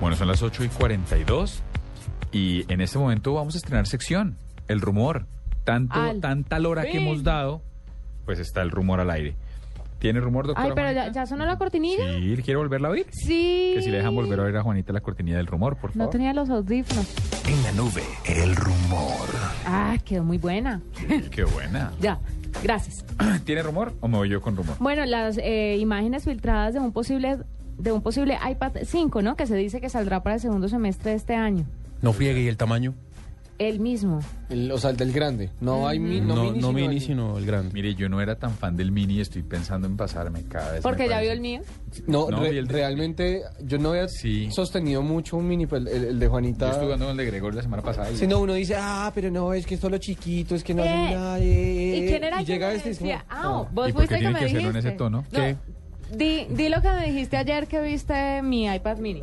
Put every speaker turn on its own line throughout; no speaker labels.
Bueno, son las 8 y 42 y en este momento vamos a estrenar sección, el rumor. Tanto,
Al
tanta lora que hemos dado, pues está el rumor al aire. ¿Tiene rumor, doctora?
Ay, pero ya,
Juanita?
ya sonó la cortinilla.
Sí, ¿quiere volverla a oír?
Sí.
Que si le dejan volver a oír a Juanita la cortinilla del rumor, por favor.
No tenía los audífonos.
En la nube, el rumor.
Ah, quedó muy buena.
Qué buena.
Ya, gracias.
¿Tiene rumor o me voy yo con rumor?
Bueno, las eh, imágenes filtradas de un posible de un posible iPad 5, ¿no? Que se dice que saldrá para el segundo semestre de este año.
No friegue y el tamaño.
El mismo.
El- o sea, el del grande. No hay mi-
No,
no,
no,
mini, sino
mini,
el-
sino el grande.
Mire, yo no era tan fan del mini, estoy pensando en pasarme cada vez.
Porque
me
ya
parece.
vio el mío.
No,
No,
re-
y el de-
realmente yo no había
Sí.
sostenido mucho un mini, pero el, el- el de
Yo
Juanita.
estuve jugando con el de Gregor la semana pasada. y-
Si no, uno dice, ah, pero no, es que es solo chiquito, es que no
Eh,
hacen nada. eh,
¿Y
eh,
quién era
y
el que
llega
me
este y es como,
decía? Ah,
ah.
vos
¿Y por
fuiste
qué
el que
tiene
me
que
dijiste.
hacerlo en ese tono?
No,
¿Qué?
Di, di lo que me dijiste ayer que viste mi iPad mini.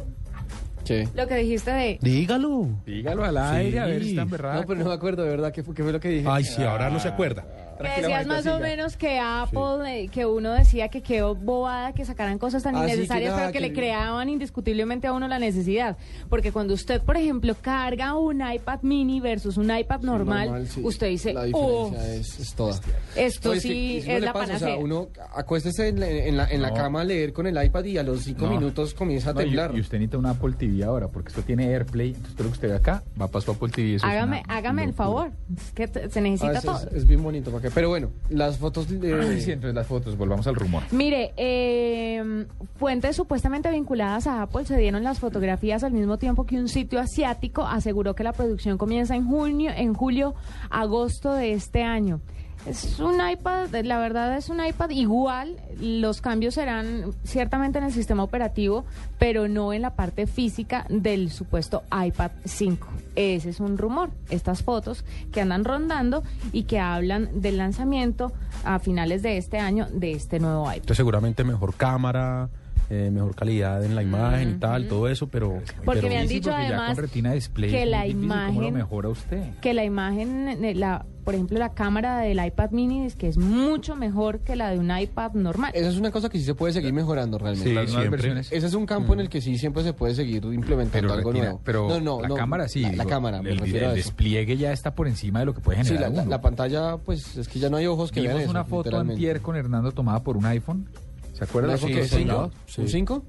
¿Qué?
Lo que dijiste de...
Dígalo.
Dígalo al aire, a ver si están berracos.
No, pero no me acuerdo, de verdad, ¿qué fue, qué fue lo que dije?
Ay, sí, ahora no se acuerda.
Que
Tranquila,
decías
Juanita,
más o
siga.
menos que Apple, eh, que uno decía que quedó bobada, que sacaran cosas tan
Ah, sí, que
innecesarias,
nada,
pero que,
que-
le creaban indiscutiblemente a uno la necesidad. Porque cuando usted, por ejemplo, carga un iPad mini versus un iPad normal,
sí.
usted dice,
La diferencia
oh,
es, es toda.
esto
No, es que-
sí
y si uno
es
le
la
pasa, o sea,
panacea.
uno acuéstese en la, en la, en la
No.
cama a leer con el iPad y a los cinco
No.
minutos comienza a
No, y-
temblar.
Y, usted necesita un Apple TV ahora, porque esto tiene AirPlay. Entonces, todo lo que usted ve acá va para su Apple TV. eso es
hágame
una
hágame el
locura.
favor, es que t- se
Ah,
necesita
es,
todo.
es- es bien bonito, ¿para qué? Pero bueno, las fotos de...
Ay, sí, entonces las fotos, volvamos al rumor.
Mire, eh, fuentes supuestamente vinculadas a Apple se dieron las fotografías al mismo tiempo que un sitio asiático aseguró que la producción comienza en junio, en julio, agosto de este año. Es un iPad, la verdad es un iPad igual, los cambios serán ciertamente en el sistema operativo, pero no en la parte física del supuesto iPad 5. Ese es un rumor, estas fotos que andan rondando y que hablan del lanzamiento a finales de este año de este nuevo iPad.
Entonces, seguramente mejor cámara, eh, mejor calidad en la imagen y tal, todo eso, pero.
Porque
pero-
me han
Sí,
dicho
porque ya
además
con retina display
que
es muy
la
difícil, ¿Cómo lo
imagen-
mejora usted?
que la imagen, eh, la, por ejemplo, la cámara del iPad mini es que es mucho mejor que la de un iPad normal.
Esa es una cosa que sí se puede seguir mejorando realmente.
Sí, las nuevas
siempre.
versiones.
Ese es un campo en el que sí siempre se puede seguir implementando
Pero,
algo
retina-
nuevo.
pero
no, no,
la
no,
cámara sí.
La, la
digo,
cámara, me
el,
refiero
el
a eso.
despliegue ya está por encima de lo que puede
Sí,
generar
la, la-
uno.
la pantalla, pues es que ya no hay ojos que
Vimos
vean
una
eso,
foto
literalmente.
antier con Hernando tomada por un iPhone. ¿Se acuerda
¿Una
la
foto
foto
de
del
cinco?
soldado?
¿Un
Sí.
5?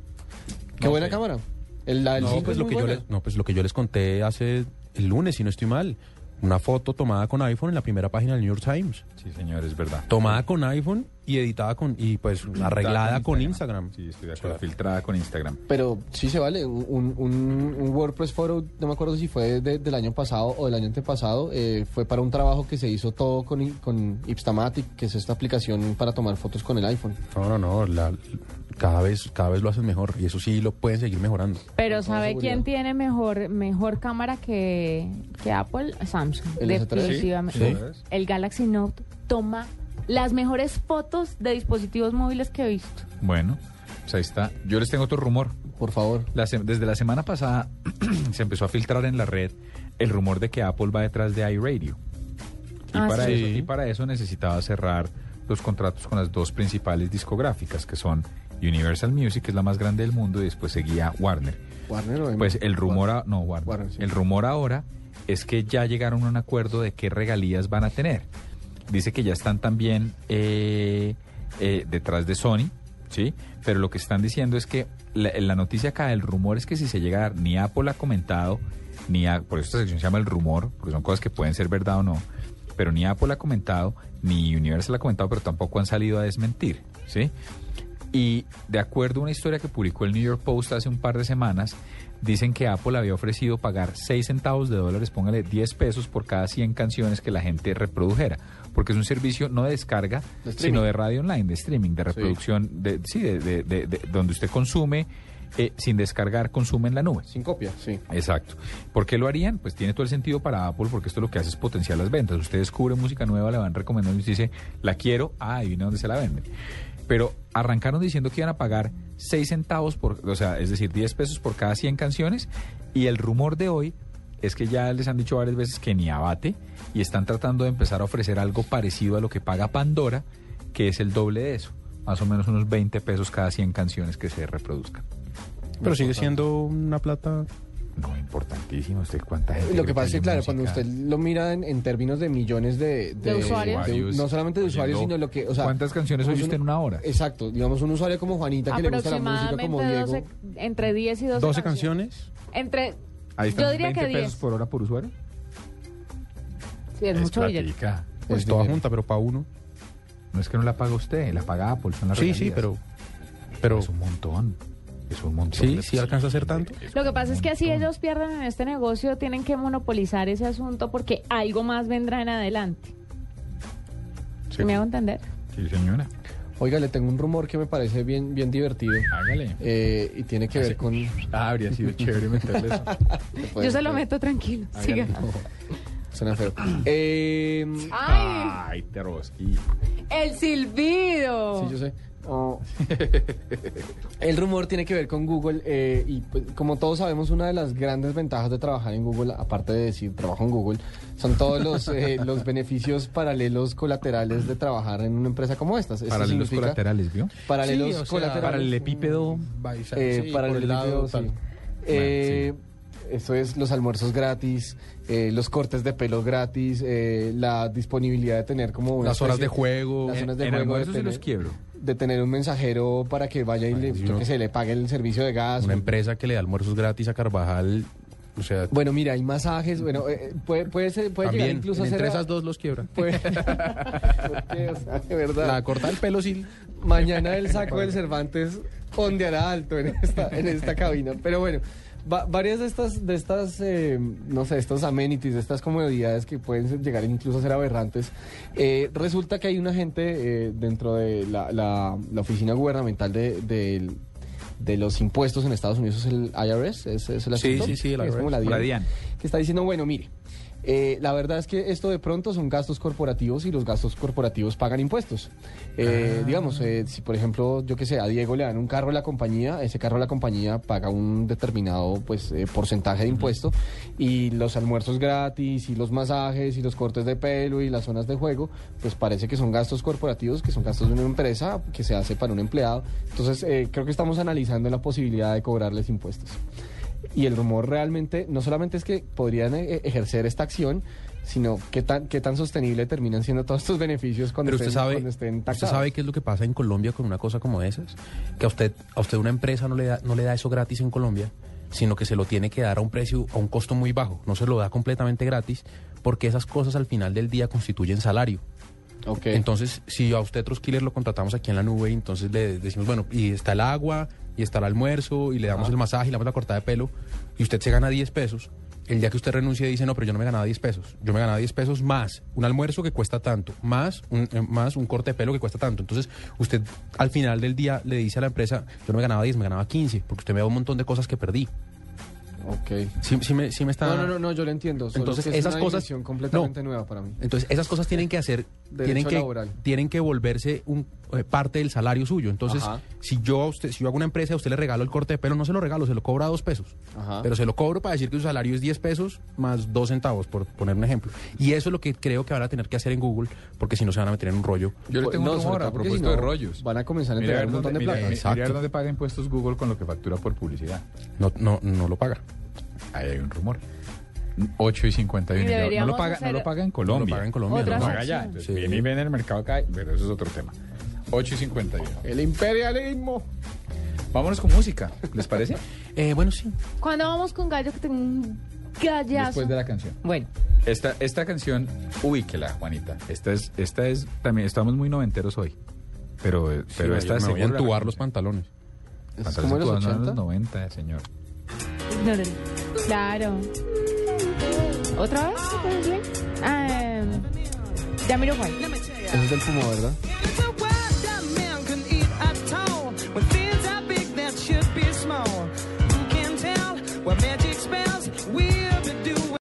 Qué
No
buena
sé.
cámara. El, la del
No,
cinco
pues
es
lo
muy
que yo
buena.
les, no, pues lo que yo les conté hace el lunes, si no estoy mal. Una foto tomada con iPhone en la primera página del New York Times.
Sí, señor, es verdad.
Tomada con iPhone y editada con. Y pues arreglada con Instagram.
Sí, estoy de
O sea,
acuerdo. Filtrada con Instagram.
Pero sí se vale. Un, un- un- un WordPress Photo, no me acuerdo si fue de- del año pasado o del año antepasado, eh, fue para un trabajo que se hizo todo con, i- con Ipstamatic, que es esta aplicación para tomar fotos con el iPhone.
No, no, no. la- cada, vez, cada vez lo hacen mejor y eso sí lo pueden seguir mejorando.
Pero
Con toda
¿sabe quién
seguridad.
tiene mejor mejor cámara que, que Apple? Samsung.
¿El S3? Sí,
Definitivamente.
sí.
El Galaxy Note toma las mejores fotos de dispositivos móviles que he visto.
Bueno, pues ahí está. Yo les tengo otro rumor.
Por favor.
La se- desde la semana pasada se empezó a filtrar en la red el rumor de que Apple va detrás de iRadio. Y,
Ah,
para,
sí.
eso, y para eso necesitaba cerrar los contratos con las dos principales discográficas, que son Universal Music, que es la más grande del mundo, y después seguía Warner.
Warner o M-
Pues el rumor, a- no, Warner.
Warner, sí.
el rumor ahora es que ya llegaron a un acuerdo de qué regalías van a tener. Dice que ya están también eh, eh, detrás de Sony, ¿sí? Pero lo que están diciendo es que la, la noticia acá, el rumor es que si se llega a dar, ni Apple ha comentado, ni a- por eso esta sección se llama el rumor, porque son cosas que pueden ser verdad o no, pero ni Apple ha comentado, ni Universal ha comentado, pero tampoco han salido a desmentir, ¿sí? Y de acuerdo a una historia que publicó el New York Post hace un par de semanas, dicen que Apple había ofrecido pagar 6 centavos de dólares, póngale 10 pesos por cada 100 canciones que la gente reprodujera. porque es un servicio no de descarga,
De streaming.
sino de radio online, de streaming, de reproducción, de, sí, de, de- de- de- donde usted consume, eh, sin descargar, consume en la nube.
Sin copia, sí.
Exacto. ¿Por qué lo harían? Pues tiene todo el sentido para Apple porque esto lo que hace es potenciar las ventas. Usted descubre música nueva, le van recomendando y usted dice, la quiero, ah, adivina dónde se la venden. Pero arrancaron diciendo que iban a pagar 6 centavos, por, o sea, es decir, 10 pesos por cada 100 canciones y el rumor de hoy es que ya les han dicho varias veces que ni abate y están tratando de empezar a ofrecer algo parecido a lo que paga Pandora, que es el doble de eso, más o menos unos 20 pesos cada 100 canciones que se reproduzcan.
Pero sigue siendo una plata.
No, importantísimo. Usted cuánta gente.
Lo que
cree
pasa es que,
oye
claro,
música?
cuando usted lo mira en, en términos de millones de,
De usuarios.
no solamente de usuarios,
Oyendo.
sino lo que. O sea,
¿Cuántas canciones oye
un-
usted en una hora?
Exacto, digamos un usuario como Juanita que le gusta la música
Aproximadamente
como Diego.
12, entre 10 y 12,
12 canciones.
Entre,
Ahí están
yo diría
20
que
pesos
10.
por hora por usuario.
Sí, es, mucho billete.
platica.
Pues
Es
toda
dinero.
junta, pero para uno.
No es que no la paga usted, la paga Apple. Son las
Sí, sí,
regalías.
pero. Pero
Es un montón. Es un montón. Eh,
Sí,
de
sí alcanza a hacer
posible.
tanto.
Lo que
un
pasa es que así
montón.
ellos pierden en este negocio, tienen que monopolizar ese asunto porque algo más vendrá en adelante.
Sí.
¿Me hago entender?
Sí, señora.
Oiga, le tengo un rumor que me parece bien, bien divertido.
Hágale.
eh, y tiene que ver con.
Ah, habría sido chévere meterle eso.
Yo se lo meto tranquilo. Siga.
Suena feo. Eh,
¡Ay!
Ay, Teroski.
¡El silbido!
Sí, yo sé. Oh. El rumor tiene que ver con Google eh, y pues, como todos sabemos una de las grandes ventajas de trabajar en Google, aparte de decir trabajo en Google, son todos los, eh, los beneficios paralelos colaterales de trabajar en una empresa como esta. Esto
Paralelos
significa-
colaterales, ¿vio?
Paralelos colaterales.
paralelepípedo.
Eh, para el video, sí. Eh, Eso es los almuerzos gratis, eh, los cortes de pelo gratis, eh, la disponibilidad de tener como... una
Las horas de
especie-
juego.
las
En-
zonas de
en
juego
almuerzos
de
sí los
tener-
quiebro.
De tener un mensajero para que vaya y le,
si
yo
uno-
que se le pague el servicio de gas.
Una empresa que le da almuerzos gratis a Carvajal. O sea,
Bueno, mira, hay masajes, bueno, eh, puede, puede, ser- puede llegar
también.
incluso a ser...
entre esas dos los quiebra.
puede- porque, o sea, de verdad.
La corta el pelo sí.
Mañana el saco del Cervantes ondeará alto en esta, en esta cabina. Pero bueno, va- varias de estas, de estas eh, no sé, estos amenities, de estas comodidades que pueden ser- llegar incluso a ser aberrantes. eh, resulta que hay una gente eh, dentro de la, la- la oficina gubernamental de, del- de los impuestos en Estados Unidos, es el IRS, es, es el
Sí,
asunto?
sí, sí, el
Es
IRS.
como la DIAN
La DIAN.
que está diciendo, bueno, mire, eh, la verdad es que esto de pronto son gastos corporativos y los gastos corporativos pagan impuestos. Eh,
Ah.
Digamos, eh, si por ejemplo, yo que sé, a Diego le dan un carro a la compañía, ese carro a la compañía paga un determinado pues eh, porcentaje de impuesto y los almuerzos gratis y los masajes y los cortes de pelo y las zonas de juego, pues parece que son gastos corporativos, que son gastos de una empresa que se hace para un empleado. Entonces, eh, creo que estamos analizando la posibilidad de cobrarles impuestos. Y el rumor realmente, no solamente es que podrían eh, ejercer esta acción, sino qué tan, qué tan sostenible terminan siendo todos estos beneficios cuando,
Pero usted
estén,
sabe,
cuando estén
usted
taxados.
sabe qué es lo que pasa en Colombia con una cosa como esas, que a usted a usted una empresa no le da no le da eso gratis en Colombia, sino que se lo tiene que dar a un precio a un costo muy bajo, no se lo da completamente gratis, porque esas cosas al final del día constituyen salario.
Ok.
Entonces, si a usted Troskiller lo contratamos aquí en la nube, entonces le decimos, bueno, y está el agua, y está el almuerzo, y le damos el masaje, y le damos la cortada de pelo, y usted se gana 10 pesos. El día que usted renuncia dice, no, pero yo no me ganaba 10 pesos. Yo me ganaba 10 pesos más un almuerzo que cuesta tanto, más un, eh, más un corte de pelo que cuesta tanto. Entonces, usted al final del día le dice a la empresa, yo no me ganaba 10, me ganaba 15, porque usted me da un montón de cosas que perdí.
Ok.
Sí, sí me, sí me está...
No, no, no, no, yo lo entiendo. solo
Ah. Entonces,
que es
esas
una
cosas-
dimensión completamente
no.
nueva para mí.
Entonces, esas cosas tienen que hacer,
Derecho
tienen que,
laboral.
tienen que volverse un, eh, parte del salario suyo. Entonces,
Ajá.
si yo a usted, si yo hago una empresa y a usted le regalo el corte de pelo, no se lo regalo, se lo cobro a dos pesos.
Ajá.
Pero se lo cobro para decir que su salario es 10 pesos más dos centavos, por poner un ejemplo. Y eso es lo que creo que van a tener que hacer en Google, porque si no se van a meter en un rollo.
Yo le
Pues,
tengo
no,
un
sobre
rumor
todo
a
porque si
propósito
no,
de rollos.
van a comenzar a
Mira
entregar
ver
un montón
dónde-
de
mira-
plata.
mira- mira
Exacto.
dónde paga impuestos Google con lo que factura por publicidad.
No, no, no lo paga.
Ahí hay un rumor. 8 y
Y
51. ya. No
deberíamos
lo paga, no
hacer
lo paga en
No
Colombia.
lo paga en Colombia.
Otras
no lo
Lo
paga.
paga allá.
Sí.
Entonces, Viene y vende en el mercado acá, pero eso es otro tema. 8 y 51.
El imperialismo.
Vámonos con música, ¿les parece?
Eh, bueno, sí.
Cuando vamos con gallo que tengo un gallazo.
Después de la canción.
Bueno,
Esta, esta canción, ubíquela, Juanita. Esta es, esta es, también estamos muy noventeros hoy. Pero, eh, pero
Sí,
esta
me voy a
seguro la
entubar los
conocen.
pantalones.
Es
Pantalones
como en los
entubados, no,
80.
los 90, señor.
no, no, no. claro. ¿Otra vez? ¿Otra vez bien? Ah, Ya miro cuál.
Ese es del Puma, ¿verdad?
It's a